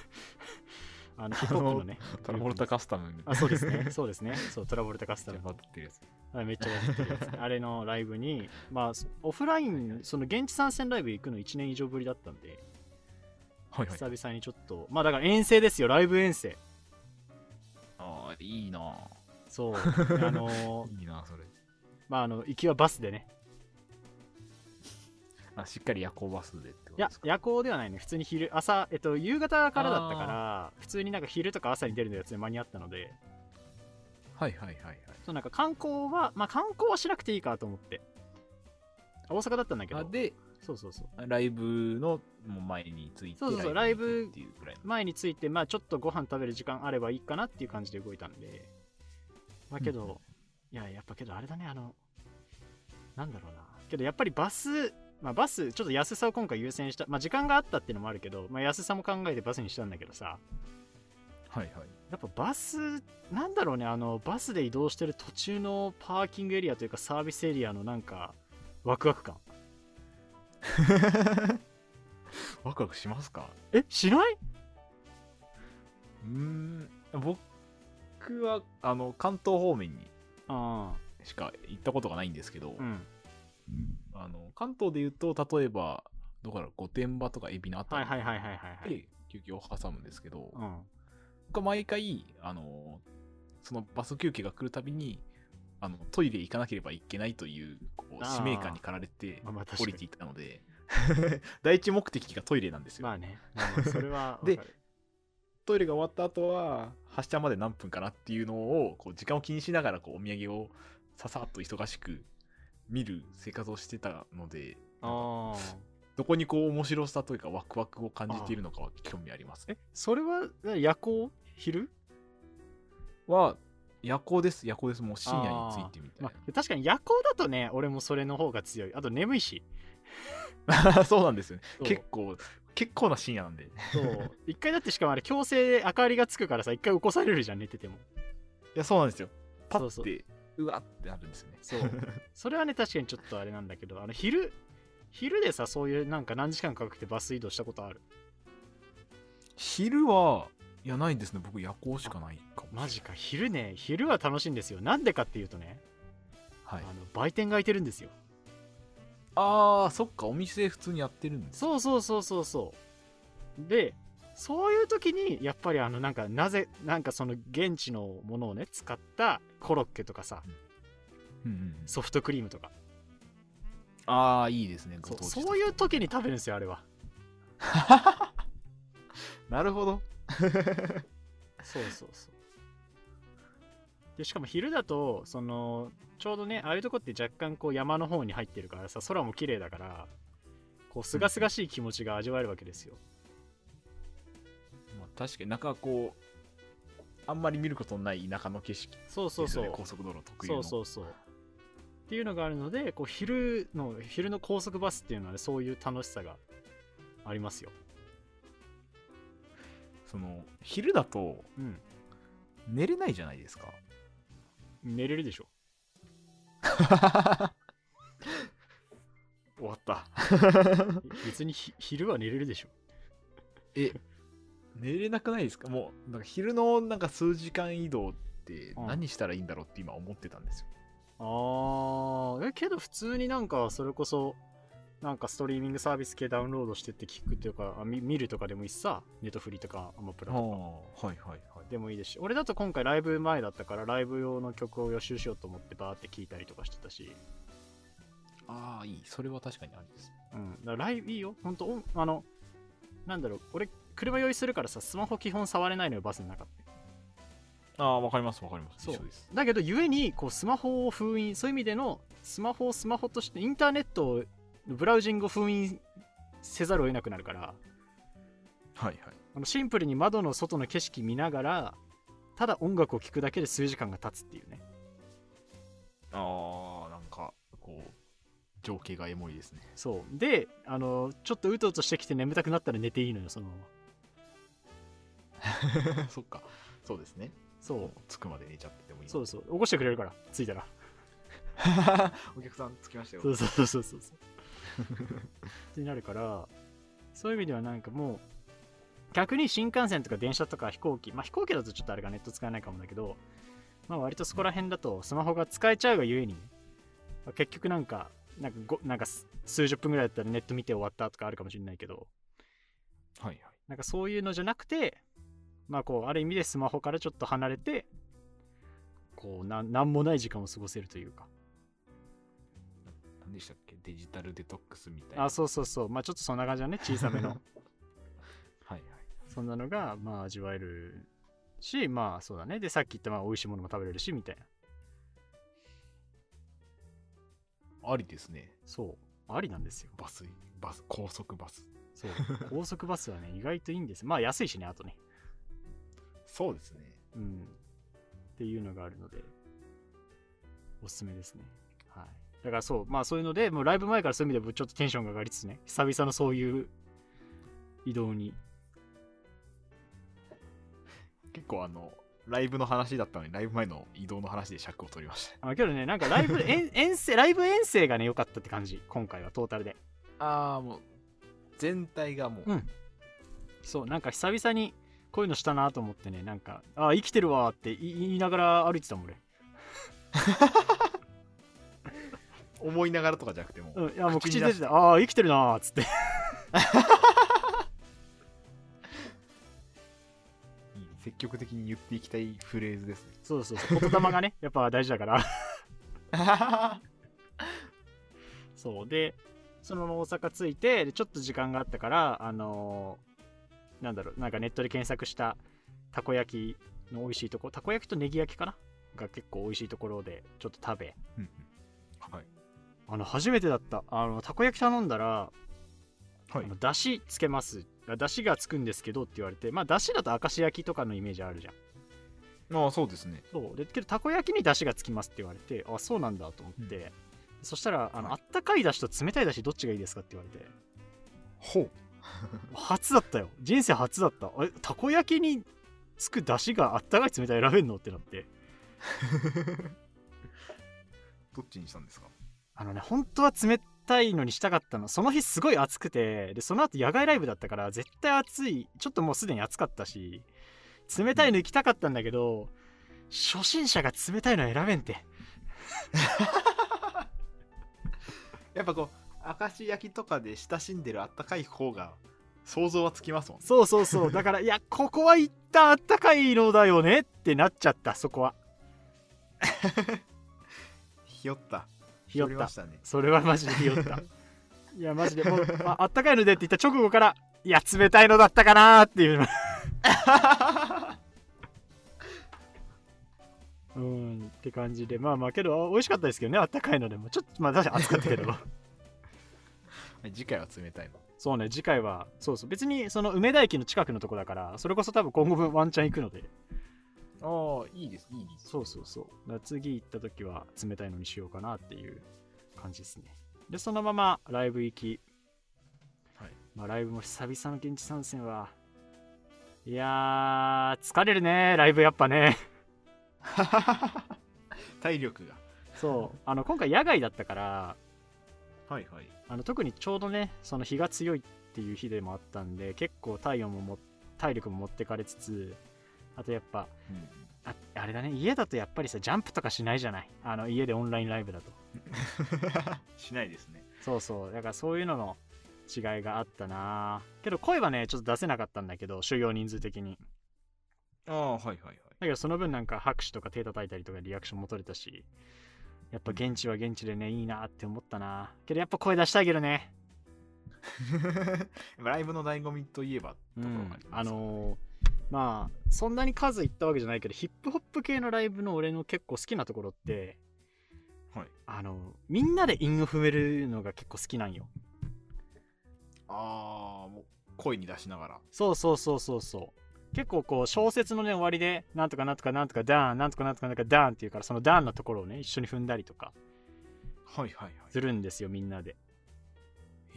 Speaker 2: あのヒップホップのね
Speaker 1: トラボルタカスタム
Speaker 2: あそうですねそうですねそうトラボルタカスタム
Speaker 1: バズってるやつ
Speaker 2: はいめっちゃやってる
Speaker 1: [LAUGHS]
Speaker 2: やつあれのライブに、まあ、オフライン、その現地参戦ライブ行くの1年以上ぶりだったんで、
Speaker 1: はいはい
Speaker 2: 久々にちょっと、まあだから遠征ですよ、ライブ遠征。
Speaker 1: ああいいなあ [LAUGHS]
Speaker 2: そう、あのー
Speaker 1: いいなあそれ
Speaker 2: まああの、行きはバスでね。
Speaker 1: あしっかり夜行バスでってこと
Speaker 2: いや
Speaker 1: です、か
Speaker 2: 夜行ではないね、普通に昼、朝、えっと、夕方からだったから、普通になんか昼とか朝に出るのやつで間に合ったので、
Speaker 1: はいはいはいはい
Speaker 2: そうなんか観光は、まあ観光はしなくていいかと思って。大阪だったんだけ
Speaker 1: あ
Speaker 2: ど、
Speaker 1: で
Speaker 2: そうそうそう。
Speaker 1: ライブのもう前について
Speaker 2: そうそうそう
Speaker 1: に行くっていうくらい
Speaker 2: 前について、まあ、ちょっとご飯食べる時間あればいいかなっていう感じで動いたんで、まあ、けど、いや、やっぱけどあれだね、あの、なんだろうな。けどやっぱりバス、まあバス、ちょっと安さを今回優先した。まあ時間があったっていうのもあるけど、まあ安さも考えてバスにしたんだけどさ、
Speaker 1: はいはい。
Speaker 2: やっぱバス、なんだろうね、あの、バスで移動してる途中のパーキングエリアというかサービスエリアのなんか、ワクワク感。
Speaker 1: ワクワクしますか
Speaker 2: え、しないう
Speaker 1: ーん、僕は、あの、関東方面に
Speaker 2: ああ、
Speaker 1: しか行ったことがないんですけど、
Speaker 2: うん。
Speaker 1: あの関東で言うと、例えば、どこだろう、御殿場とか海老名あた
Speaker 2: はい
Speaker 1: り
Speaker 2: はいはいはいはいはい。
Speaker 1: で休憩を挟むんですけど、
Speaker 2: うん。
Speaker 1: 僕は毎回、あの、そのバス休憩が来るたびに、あのトイレ行かなければいけないというこう
Speaker 2: あー
Speaker 1: 使命感に駆られて
Speaker 2: まあまあ確か
Speaker 1: 降
Speaker 2: に
Speaker 1: りていったので、 [LAUGHS] 第一目的がトイレなんですよ。
Speaker 2: まあね、まあまあそれ [LAUGHS] は
Speaker 1: で
Speaker 2: わかる
Speaker 1: トイレが終わった後は発車まで何分かなっていうのをこう時間を気にしながらこうお土産をささっと忙しく見る生活をしてたのでなんか
Speaker 2: ああ。
Speaker 1: どこにこう面白さというかワクワクを感じているのかは興味ありますね
Speaker 2: え、それは何夜行昼
Speaker 1: は夜行です夜行ですもう深夜に着いてみたい
Speaker 2: まあ、確かに夜行だとね、俺もそれの方が強い。あと眠いし。
Speaker 1: な、 [LAUGHS] そうなんですよね
Speaker 2: そう
Speaker 1: 結構結構な深夜なんでい
Speaker 2: そう。一回だってしかもあれ強制で明かりがつくからさ、一回起こされるじゃん、寝てても。
Speaker 1: やそうなんですよパッて
Speaker 2: そううそう
Speaker 1: わってなるんですよね
Speaker 2: [LAUGHS] そう。それはね、確かにちょっとあれなんだけど、あの、昼、昼でさ、そういうなんか何時間かかけてバス移動したことある。
Speaker 1: 昼はいやないですね僕夜行しかないかも
Speaker 2: マジか、昼ね、昼は楽しいんですよ。なんでかっていうとね、
Speaker 1: はい
Speaker 2: あの売店が開いてるんですよ。
Speaker 1: あーそっかお店普通にやってるんです
Speaker 2: そうそうそうそうそうでそういう時にやっぱりあのなんかなぜなんかその現地のものをね使ったコロッケとかさ
Speaker 1: うんうんうん
Speaker 2: ソフトクリームとか
Speaker 1: ああいいですね
Speaker 2: そうそういう時に食べるんですよあれは
Speaker 1: なるほど
Speaker 2: そうそうそうでしかも昼だとそのちょうどねああいうとこって若干こう山の方に入ってるからさ空も綺麗だからこうすがすがしい気持ちが味わえるわけですよ、
Speaker 1: まあ確かになんかこうあんまり見ることのない田舎の景色ですよね
Speaker 2: そうそうそう
Speaker 1: 高速道路特有
Speaker 2: そ
Speaker 1: の
Speaker 2: うそうそう。っていうのがあるので、こう昼の昼の高速バスっていうのは、ね、そういう楽しさがありますよ。
Speaker 1: その昼だと
Speaker 2: うん。
Speaker 1: 寝れないじゃないですか
Speaker 2: 寝れる [LAUGHS] でしょ。
Speaker 1: 終わった
Speaker 2: 別にひ昼は寝れるでしょ。
Speaker 1: え寝れなくないですかもうなんか昼のなんか数時間移動って
Speaker 2: うん
Speaker 1: 何したらいいんだろうって今思ってたんですよ、
Speaker 2: ああ、えけど普通になんかそれこそ、なんかストリーミングサービス系ダウンロードしてって聞くというか、あみ見るとかでもいいしさ、ネットフリとかアマプラとか
Speaker 1: あはいはいはい
Speaker 2: でもいいですし、俺だと今回ライブ前だったから、ライブ用の曲を予習しようと思ってバーって聞いたりとかしてたし、
Speaker 1: ああいいそれは確かにありです
Speaker 2: うん、だからライブいいよ、本当音あの、なんだろう、俺、車用意するからさ、スマホ基本触れないのよ、バスの中って。
Speaker 1: ああわかりますわかります
Speaker 2: そう
Speaker 1: 一緒です
Speaker 2: だけど、故に、こう、スマホを封印、そういう意味での、スマホをスマホとして、インターネットを、ブラウジングを封印せざるを得なくなるから、
Speaker 1: はいはい
Speaker 2: あのシンプルに窓の外の景色見ながら、ただ音楽を聴くだけで数時間が経つっていうね。
Speaker 1: あーなんかこう情景がエモい [LAUGHS] ですね
Speaker 2: そう。で、あの、ちょっとうとうとしてきて眠たくなったら寝ていいのよ、そのまま。
Speaker 1: そっかそうですね
Speaker 2: そう。
Speaker 1: 着くまで寝ちゃっててもいい [LAUGHS]
Speaker 2: そううそう。起こしてくれるから、着いたら。
Speaker 1: お客さん着きましたよ
Speaker 2: そうそうそうそうそうになるからそういう意味ではなんかもう逆に新幹線とか電車とか飛行機まあ飛行機だとちょっとあれがネット使えないかもだけどまあ割とそこら辺だとスマホが使えちゃうがゆえにね、まあ結局なんかなんかごなんかす数十分ぐらいだったらネット見て終わったとかあるかもしれないけど
Speaker 1: はいはい
Speaker 2: なんかそういうのじゃなくてまあこうある意味でスマホからちょっと離れてこうなんなんもない時間を過ごせるというか
Speaker 1: 何でしたっけデジタルデトックスみたいな
Speaker 2: あそうそうそうまあちょっとそんな感じだね小さめの
Speaker 1: はいはい
Speaker 2: そんなのが、まあ、味わえるし、まあ、そうだね。で、さっき言った、まあ、美味しいものも食べれるし、みたいな。
Speaker 1: ありですね
Speaker 2: そう。ありなんですよ。
Speaker 1: バスバス高速バス
Speaker 2: そう。高速バスはね、意外といいんです。まあ、安いしね、あとね。
Speaker 1: そうですね
Speaker 2: うん。っていうのがあるので。おすすめですね。はい。だからそう、まあそういうので、もうライブ前からそういう意味でもちょっとテンションが上がりつつね、久々のそういう移動に。
Speaker 1: 結構あの、ライブの話だったのに、ライブ前の移動の話で尺を取りました。
Speaker 2: あけどね、なんかライブ遠遠征、ライブ遠征がね、良かったって感じ、今回はトータルで。
Speaker 1: ああ、もう、全体がもう、
Speaker 2: うん。そう、なんか久々にこういうのしたなと思ってね、なんか、あ、生きてるわーって言い言いながら歩いてたもん、俺。
Speaker 1: 思いながらとかじゃなくても、
Speaker 2: うん、いやもう
Speaker 1: 口
Speaker 2: 口
Speaker 1: に出
Speaker 2: 出て
Speaker 1: して
Speaker 2: たああ生きてるなーっつって [LAUGHS]
Speaker 1: いい積極的に言っていきたいフレーズですね。
Speaker 2: そうそうそう言霊がね [LAUGHS] やっぱ大事だからそうでそのまま大阪着いてでちょっと時間があったからあのーなんだろうなんかネットで検索したたこ焼きの美味しいとこたこ焼きとネギ焼きかなが結構美味しいところでちょっと食べ
Speaker 1: うんうんはい。
Speaker 2: あの初めてだったあのたこ焼き頼んだら
Speaker 1: は
Speaker 2: あのだしつけますあだしがつくんですけどって言われてまあだしだと明石焼きとかのイメージあるじゃん
Speaker 1: ああ、そうですね。
Speaker 2: そうでけどたこ焼きに出汁がつきますって言われてあそうなんだと思って、そしたらあの、
Speaker 1: はい
Speaker 2: あったかい出汁と冷たい出汁どっちがいいですかって言われて
Speaker 1: ほう。
Speaker 2: 初だったよ人生初だったえたこ焼きにつく出汁があったかい冷たい選べんのってなって
Speaker 1: [LAUGHS] どっちにしたんですか
Speaker 2: あのね本当は冷たいのにしたかったのその日すごい暑くてでその後野外ライブだったから絶対暑いちょっともうすでに暑かったし冷たいの行きたかったんだけど、初心者が冷たいの選べんって
Speaker 1: やっぱこう、明石焼きとかで親しんでるあったかい方が、想像はつきますもん。
Speaker 2: そうそうそうだからいやここは一旦あったかいのだよねってなっちゃったそこは
Speaker 1: ひよった。
Speaker 2: ひよっ
Speaker 1: り
Speaker 2: た
Speaker 1: ましたね。
Speaker 2: それはマジでひよった [LAUGHS] いやマジでもうああったかいのでって言った直後からいや冷たいのだったかなーって [LAUGHS] いううんって感じでまあまあけどあ美味しかったですけどねあったかいのでもちょっとまあ確かに暑かったけ [LAUGHS] ど
Speaker 1: 次回は冷たいの。
Speaker 2: そうね次回はそうそう別にその梅田駅の近くのとこだからそれこそ多分今後分ワンチャン行くので
Speaker 1: ああ、いいです、いいです。
Speaker 2: そうそうそう。だから次行った時は冷たいのにしようかなっていう感じですね。で、そのままライブ行き。
Speaker 1: はい
Speaker 2: まあ、ライブも久々の現地参戦は。いやー、疲れるね、ライブやっぱね。
Speaker 1: [LAUGHS] 体力が。
Speaker 2: そう。 [LAUGHS] あの、今回野外だったから、
Speaker 1: はいはい。
Speaker 2: あの特にちょうどね、その日が強いっていう日でもあったんで、結構体温もも、体力も持ってかれつつ、あとやっぱ、ああれだね、家だとやっぱりさ、ジャンプとかしないじゃない。あの、家でオンラインライブだと。
Speaker 1: しないですね。
Speaker 2: そうそうだからそういうのの違いがあったなけど声はねちょっと出せなかったんだけど収容人数的に
Speaker 1: [LAUGHS] ああ、はいはいはい。
Speaker 2: だけどその分なんか拍手とか手叩いたりとかリアクションも取れたしやっぱ現地は現地でねいいなって思ったなけどやっぱ声出してあげるね、
Speaker 1: [LAUGHS] ライブの醍醐味といえばってところがあります、
Speaker 2: あのーまあそんなに数行ったわけじゃないけどヒップホップ系のライブの俺の結構好きなところって
Speaker 1: はい、
Speaker 2: あのみんなで韻を踏めるのが結構好きなんよ
Speaker 1: ああもう声に出しながら
Speaker 2: そうそうそうそうそう結構こう小説のね終わりでなんとかなんとかなんとかダーンなんとかなんとかなんとかダーンっていうからそのダーンのところをね一緒に踏んだりとか
Speaker 1: はいはいはい
Speaker 2: するんですよみんなで
Speaker 1: へえ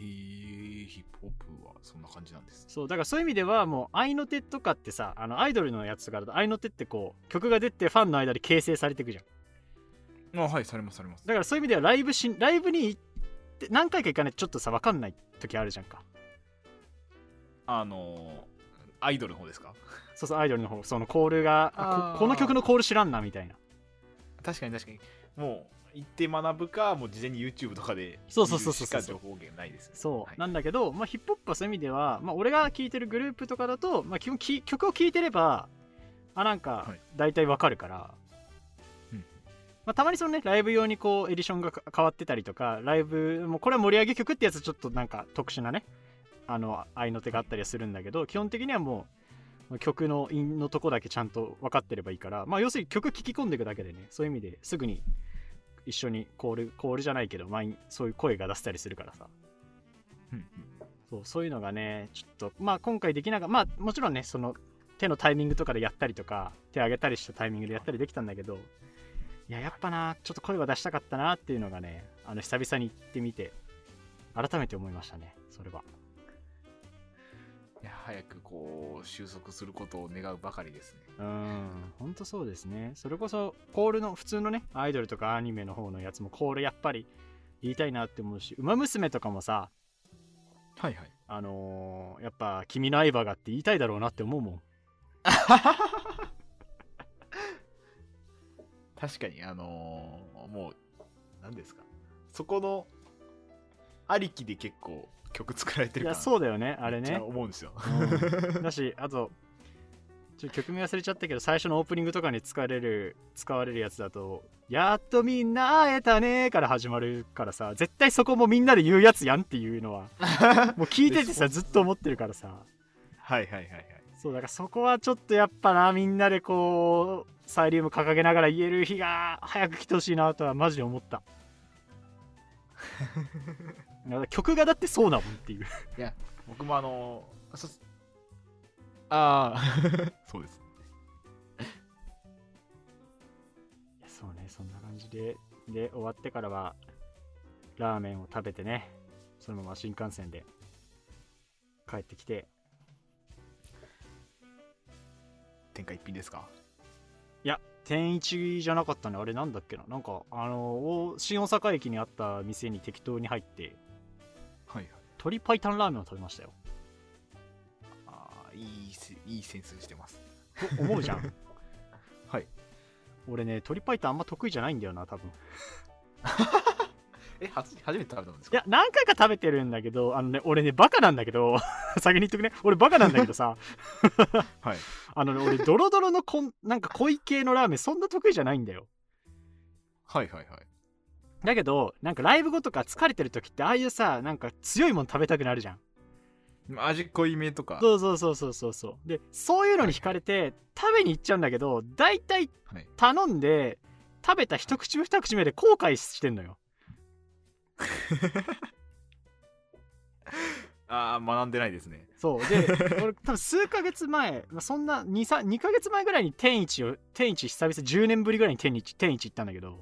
Speaker 1: ヒップホップはそんな感じなんです
Speaker 2: そうだからそういう意味ではもう合いの手とかってさあのアイドルのやつとかだと合いの手ってこう曲が出てファンの間で形成されていくじゃん
Speaker 1: あはいされますされます
Speaker 2: だからそういう意味ではライブしライブに行って何回か行かないとちょっとさ分かんない時あるじゃんか
Speaker 1: あのーアイドルの方ですか
Speaker 2: そうそうアイドルの方そのコールが
Speaker 1: あ
Speaker 2: あ
Speaker 1: ー
Speaker 2: ここの曲のコール知らんなみたいな
Speaker 1: 確かに確かにもう行って学ぶかもう事前に YouTube とかで
Speaker 2: そうそうそうそう
Speaker 1: 見るしか情報源ないですね
Speaker 2: そう、
Speaker 1: はい
Speaker 2: なんだけど、まあ、ヒップホップはそういう意味では、まあ、俺が聴いてるグループとかだと、まあ、基本き曲を聴いてればあなんか
Speaker 1: はい
Speaker 2: 大体わかるから、
Speaker 1: うん
Speaker 2: まあ、たまにそのねライブ用にこうエディションがか変わってたりとかライブもうこれは盛り上げ曲ってやつちょっとなんか特殊なねあの合いの手があったりはするんだけど基本的にはもう曲の音のとこだけちゃんと分かってればいいから、まあ、要するに曲聴き込んでいくだけでねそういう意味ですぐに一緒にコールコールじゃないけど、まあ、そういう声が出せたりするからさ
Speaker 1: うんうん
Speaker 2: そうそういうのがねちょっとまあ今回できなかったまあもちろんねその手のタイミングとかでやったりとか手上げたりしたタイミングでやったりできたんだけどいややっぱなちょっと声は出したかったなっていうのがねあの久々に行ってみて改めて思いましたねそれはい
Speaker 1: や早くこう収束することを願うばかりですね
Speaker 2: うんほんとそうですねそれこそコールの普通のねアイドルとかアニメの方のやつもコールやっぱり言いたいなって思うし「ウマ娘」とかもさ
Speaker 1: はいはい
Speaker 2: あのーやっぱ「君の相棒が」って言いたいだろうなって思うもん
Speaker 1: 確かにあのーもう何ですかそこのありきで結構曲作られて
Speaker 2: い
Speaker 1: るか
Speaker 2: や
Speaker 1: ら
Speaker 2: そうだよねあれ
Speaker 1: めっち
Speaker 2: ね
Speaker 1: ゃ思うんですよ [LAUGHS]
Speaker 2: だしあとちょ曲名忘れちゃったけど最初のオープニングとかに使われる使われるやつだと「やっとみんな会えたね」から始まるからさ絶対そこもみんなで言うやつやんっていうのはもう聞いててさずっと思ってるからさ
Speaker 1: はいはいはいはい
Speaker 2: そうだからそこはちょっとやっぱなみんなでこうサイリウム掲げながら言える日が早く来てほしいなとはマジで思っただから曲がだってそうだもんっていう
Speaker 1: 僕もあのーそああ [LAUGHS] そうです
Speaker 2: いやそうねそんな感じでで終わってからはラーメンを食べてねそのまま新幹線で帰ってきて
Speaker 1: 天下一品ですか
Speaker 2: いや天一じゃなかったねあれなんだっけななんかあのお新大阪駅にあった店に適当に入って
Speaker 1: はいはい
Speaker 2: 鶏白湯ラーメンを食べましたよ
Speaker 1: ああいいせいいセンスしてます
Speaker 2: と思うじゃん
Speaker 1: [LAUGHS] はい
Speaker 2: 俺ね鶏白湯あんま得意じゃないんだよな多分
Speaker 1: え初初めて食べたんです
Speaker 2: い
Speaker 1: か
Speaker 2: や何回か食べてるんだけどあのね俺ねバカなんだけど [LAUGHS] 先に言っとくね俺バカなんだけどさ
Speaker 1: はい
Speaker 2: あのね、俺、ドロドロのこん、 [LAUGHS] なんか濃い系のラーメン、そんな得意じゃないんだよ。
Speaker 1: はいはいはい
Speaker 2: だけど、なんかライブ後とか疲れてる時って、ああいうさ、なんか強いもの食べたくなるじゃん。
Speaker 1: 味濃いめとか
Speaker 2: そうそうそうそうそうそう。で、そういうのに惹かれて、食べに行っちゃうんだけど、大体
Speaker 1: はい
Speaker 2: 頼んで、食べた一口目二口目で後悔してんのよ。
Speaker 1: ああ学んでないですね
Speaker 2: そう。で、俺、多分数ヶ月前、まあ、そんな2、3 2ヶ月前ぐらいに天一を、天一久々10年ぶりぐらいに天一、天一行ったんだけど、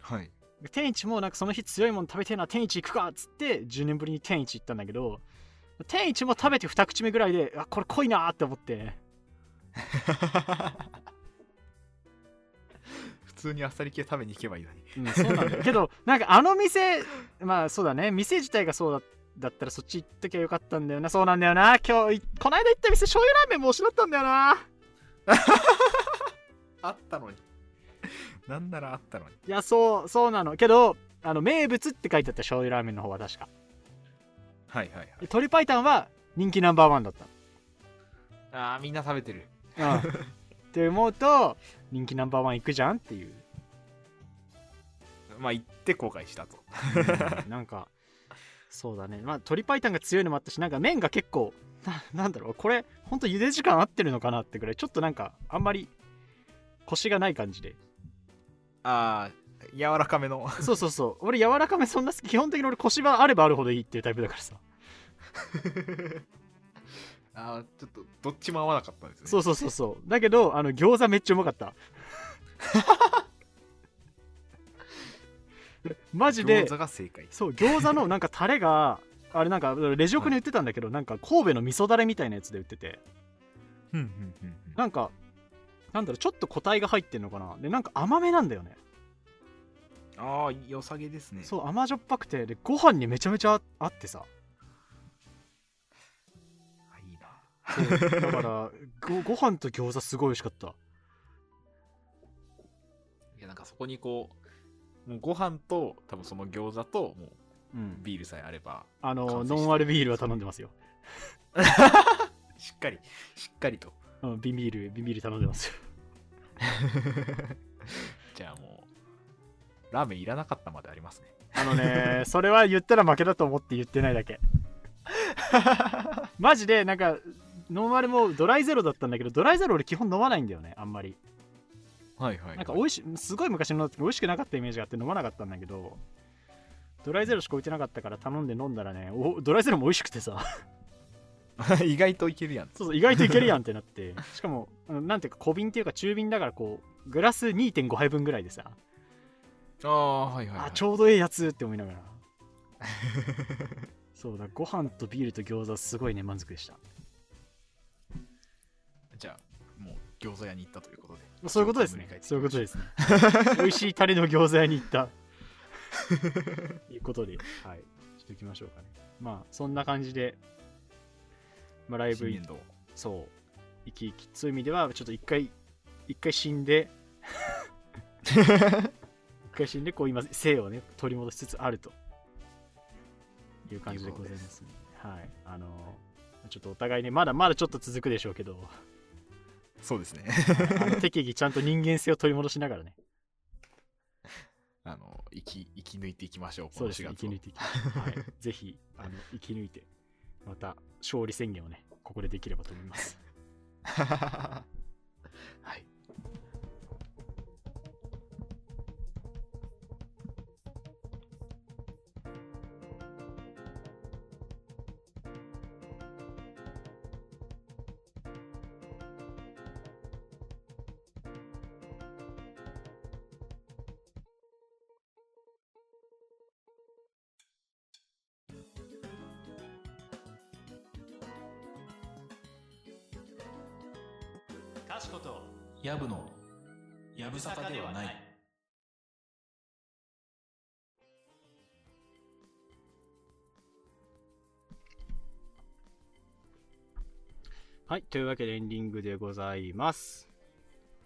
Speaker 1: はい
Speaker 2: 天一もなんかその日強いもの食べてえな天一行くかっつって10年ぶりに天一行ったんだけど天一も食べて2口目ぐらいであこれ濃いなーって思って
Speaker 1: 普通にあっさり系食べに行けばいいのに
Speaker 2: うんそうなんだよ [LAUGHS] けどなんかあの店まあそうだね店自体がそうだだったらそっち行っときゃよかったんだよなそうなんだよな今日いこないだ行った店醤油ラーメンも推しだったんだよな
Speaker 1: あったのに [LAUGHS] なんならあったのに
Speaker 2: いやそうそうなのけどあの名物って書いてあった醤油ラーメンの方は確か
Speaker 1: はいはいはい
Speaker 2: で鶏白湯は人気ナンバーワンだった
Speaker 1: ああみんな食べてる
Speaker 2: うん、って思うと人気ナンバーワン行くじゃんっていう
Speaker 1: まあ行って後悔したと
Speaker 2: うんなんかそうだねまあ鶏白湯が強いのもあったしなんか麺が結構ななんだろうこれほんと茹で時間合ってるのかなってぐらいちょっとなんかあんまり腰がない感じで
Speaker 1: ああ柔らかめの
Speaker 2: そうそうそう俺柔らかめそんな好き基本的に俺腰はあればあるほどいいっていうタイプだからさ
Speaker 1: ああちょっとどっちも合わなかったですね
Speaker 2: そうそうそうそうだけどあの餃子めっちゃうまかった
Speaker 1: [LAUGHS]
Speaker 2: マジで
Speaker 1: 餃子が正解
Speaker 2: そう餃子のなんかタレがあれなんかレジオクに売ってたんだけど、なんか神戸の味噌だれみたいなやつで売ってて
Speaker 1: うんうんうんうん
Speaker 2: なんかなんだろうちょっと個体が入ってんのかなでなんか甘めなんだよね
Speaker 1: ああ良さげですね
Speaker 2: そう甘じょっぱくてでご飯にめちゃめちゃ合ってさ
Speaker 1: あいいな
Speaker 2: そうだからごご飯と餃子すごい美味しかった
Speaker 1: いやなんかそこにこうもうご飯と多分その餃子ともう
Speaker 2: うん
Speaker 1: ビールさえあれば
Speaker 2: あの
Speaker 1: 完成して
Speaker 2: ノンアルビールは頼んでますよ、
Speaker 1: しっかりしっかり [LAUGHS] と
Speaker 2: うん、瓶ビール瓶ビール頼んでますよ
Speaker 1: じゃあもうラーメンいらなかったまでありますね
Speaker 2: あのね [LAUGHS] それは言ったら負けだと思って言ってないだ [LAUGHS] けマジでなんかノンアルもドライゼロだったんだけどドライゼロ俺基本飲まないんだよねあんまり
Speaker 1: はいはい、
Speaker 2: なんか美味しすごい昔の時美味しくなかったイメージがあって飲まなかったんだけどドライゼロしか置いてなかったから頼んで飲んだらねおドライゼロも美味しくてさ [LAUGHS]
Speaker 1: [LAUGHS] 意外といけるやん
Speaker 2: そうそう意外といけるやんってなってしかもあのなんていうか小瓶っていうか中瓶だからこうグラス2.5杯分ぐらいでさ、
Speaker 1: ああ、はいはい、はい。
Speaker 2: あちょうどええやつって思いながら [LAUGHS] そうだご飯とビールと餃子すごいね満足でした
Speaker 1: じゃあ、もう餃子屋に行ったということで。
Speaker 2: そういうことですね
Speaker 1: ちょっ
Speaker 2: そういうこと
Speaker 1: で。
Speaker 2: ですね美味しいタレの餃子屋に行った
Speaker 1: [LAUGHS]
Speaker 2: ということではいしておきましょうかねまあそんな感じで、まあ、ライブ
Speaker 1: 新
Speaker 2: 行
Speaker 1: 年度。
Speaker 2: そう生き生きそういう意味ではちょっと一回一回死んで一回死んでこう今生をね取り戻しつつあるという感じでございますねはいあのーちょっとお互いねまだまだちょっと続くでしょうけど
Speaker 1: そうですね。 [LAUGHS]
Speaker 2: あの適宜ちゃんと人間性を取り戻しながらね
Speaker 1: あの、生き、生き抜いていきましょう、こ
Speaker 2: そ
Speaker 1: の
Speaker 2: うです
Speaker 1: 4
Speaker 2: ね生
Speaker 1: 月
Speaker 2: き
Speaker 1: を
Speaker 2: 抜いていきはいぜひあの生き抜いてまた勝利宣言をねここでできればと思います
Speaker 1: [LAUGHS] はい。
Speaker 2: かしこと
Speaker 1: やぶの、やぶさかではない。
Speaker 2: はいというわけでエンディングでございます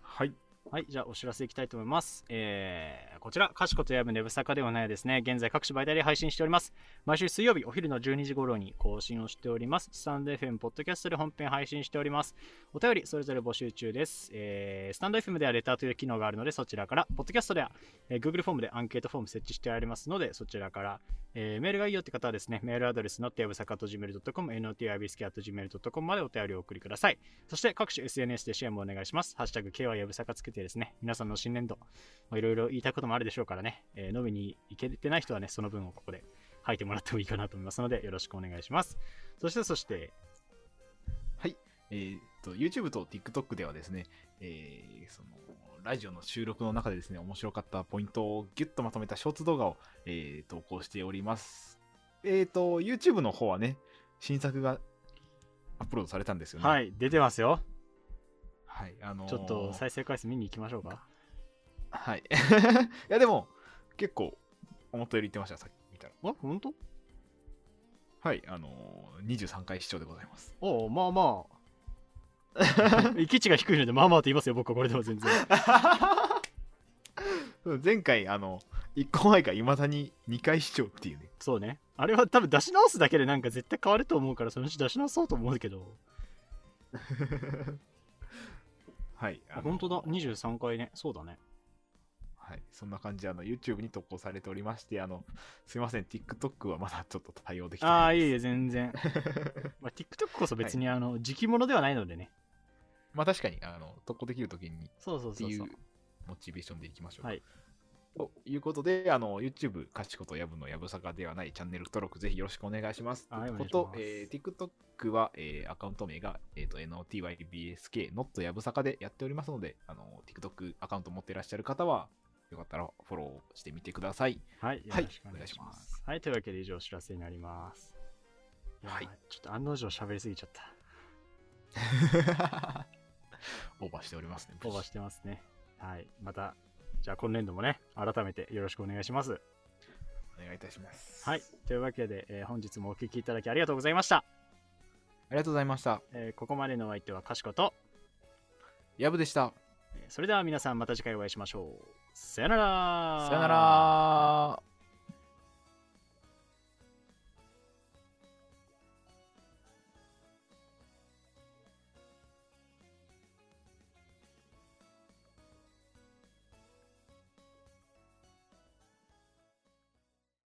Speaker 1: はい。
Speaker 2: はい、じゃあお知らせいきたいと思います。えーこちら、かしことやぶねぶさかではないですね。現在各種媒体で配信しております。毎週水曜日お昼の12時頃に更新をしております。スタンド FM、ポッドキャストで本編配信しております。お便り、それぞれ募集中です。えースタンド FM ではレターという機能があるので、そちらから、ポッドキャストでは、えー Google フォームでアンケートフォーム設置してありますので、そちらから、えーメールがいいよって方はですね、メールアドレス、not やぶさかと gmail.com、notibsk.gmail.com までお便りをお送りください。そして各種 SNS でシェアもお願いします。ハッシュタグ K はやぶさかつけてですね、皆さんの新年度、まあいろいろ言いたいこともあるでしょうからね、えー飲みに行けてない人はね、その分をここで吐いてもらってもいいかなと思いますので、よろしくお願いします。そして、そして、
Speaker 1: えーっと、YouTube と TikTok ではですね、えーその、ラジオの収録の中でですね、面白かったポイントをギュッとまとめたショーツ動画を、えー投稿しております。えーっと、YouTube の方はね、新作がアップロードされたんですよね。。
Speaker 2: はいい、出てますよ。
Speaker 1: はい。あのー
Speaker 2: ちょっと再生回数見に行きましょうか。
Speaker 1: はい。い [LAUGHS] や、でも、結構、思ったより言ってました、さっき見たら。
Speaker 2: あ、ほんと
Speaker 1: はい、あのー、23回視聴でございます。
Speaker 2: おうまあま [LAUGHS] あ。行き地が低いので、まあまあと言いますよ、僕はこれでも全然。
Speaker 1: 前回、あの、1個前がいまだに2回視聴っていうね。
Speaker 2: そうね。あれは多分出し直すだけでなんか絶対変わると思うから、そのうち出し直そうと思うけど。
Speaker 1: はい。
Speaker 2: あ本当だ、23回ね。そうだね。
Speaker 1: はい。そんな感じで、あの、YouTube に投稿されておりまして、あの、すいません、TikTok はまだちょっと対応できて
Speaker 2: ああ、
Speaker 1: ない。
Speaker 2: いえいえ、全 [LAUGHS] 然。まあ、TikTok こそ別に、あの、時期ものではないのでね。
Speaker 1: まあ、確かに、あの、投稿できるときに
Speaker 2: そうそう
Speaker 1: って
Speaker 2: そう
Speaker 1: い
Speaker 2: そうう。
Speaker 1: モチベーションでいきましょうか。
Speaker 2: はい
Speaker 1: ということで、あの YouTube、かしことやぶのやぶさかではないチャンネル登録、ぜひよろしくお願いします。
Speaker 2: はい
Speaker 1: とう
Speaker 2: お
Speaker 1: こ
Speaker 2: 願いし
Speaker 1: と
Speaker 2: ま、す
Speaker 1: えー TikTok は、えーアカウント名が、えーと NOTYBSK、not やぶさかでやっておりますので、あの TikTok アカウント持ってらっしゃる方は、よかったらフォローしてみてくだ
Speaker 2: [LAUGHS]
Speaker 1: さい。
Speaker 2: はい、よ
Speaker 1: はい
Speaker 2: ろしくお願いしま。
Speaker 1: お願いします
Speaker 2: はい、というわけで以上お知らせになります。やば
Speaker 1: はい
Speaker 2: ちょっと案の定喋りすぎちゃった。
Speaker 1: オーバーしておりますね。
Speaker 2: オーバーしてますね。はい、また、じゃあ今年度もね、改めてよろしくお願いします。
Speaker 1: お願いいたします。
Speaker 2: はい、というわけで、えー本日もお聞きいただきありがとうございまし
Speaker 1: あ
Speaker 2: た。
Speaker 1: りがとうございました。
Speaker 2: えーここまでのお相手はかしこと、
Speaker 1: やぶでした。
Speaker 2: えーそれでは皆さんまた次回お会いしましょう。さよなら
Speaker 1: さよなら。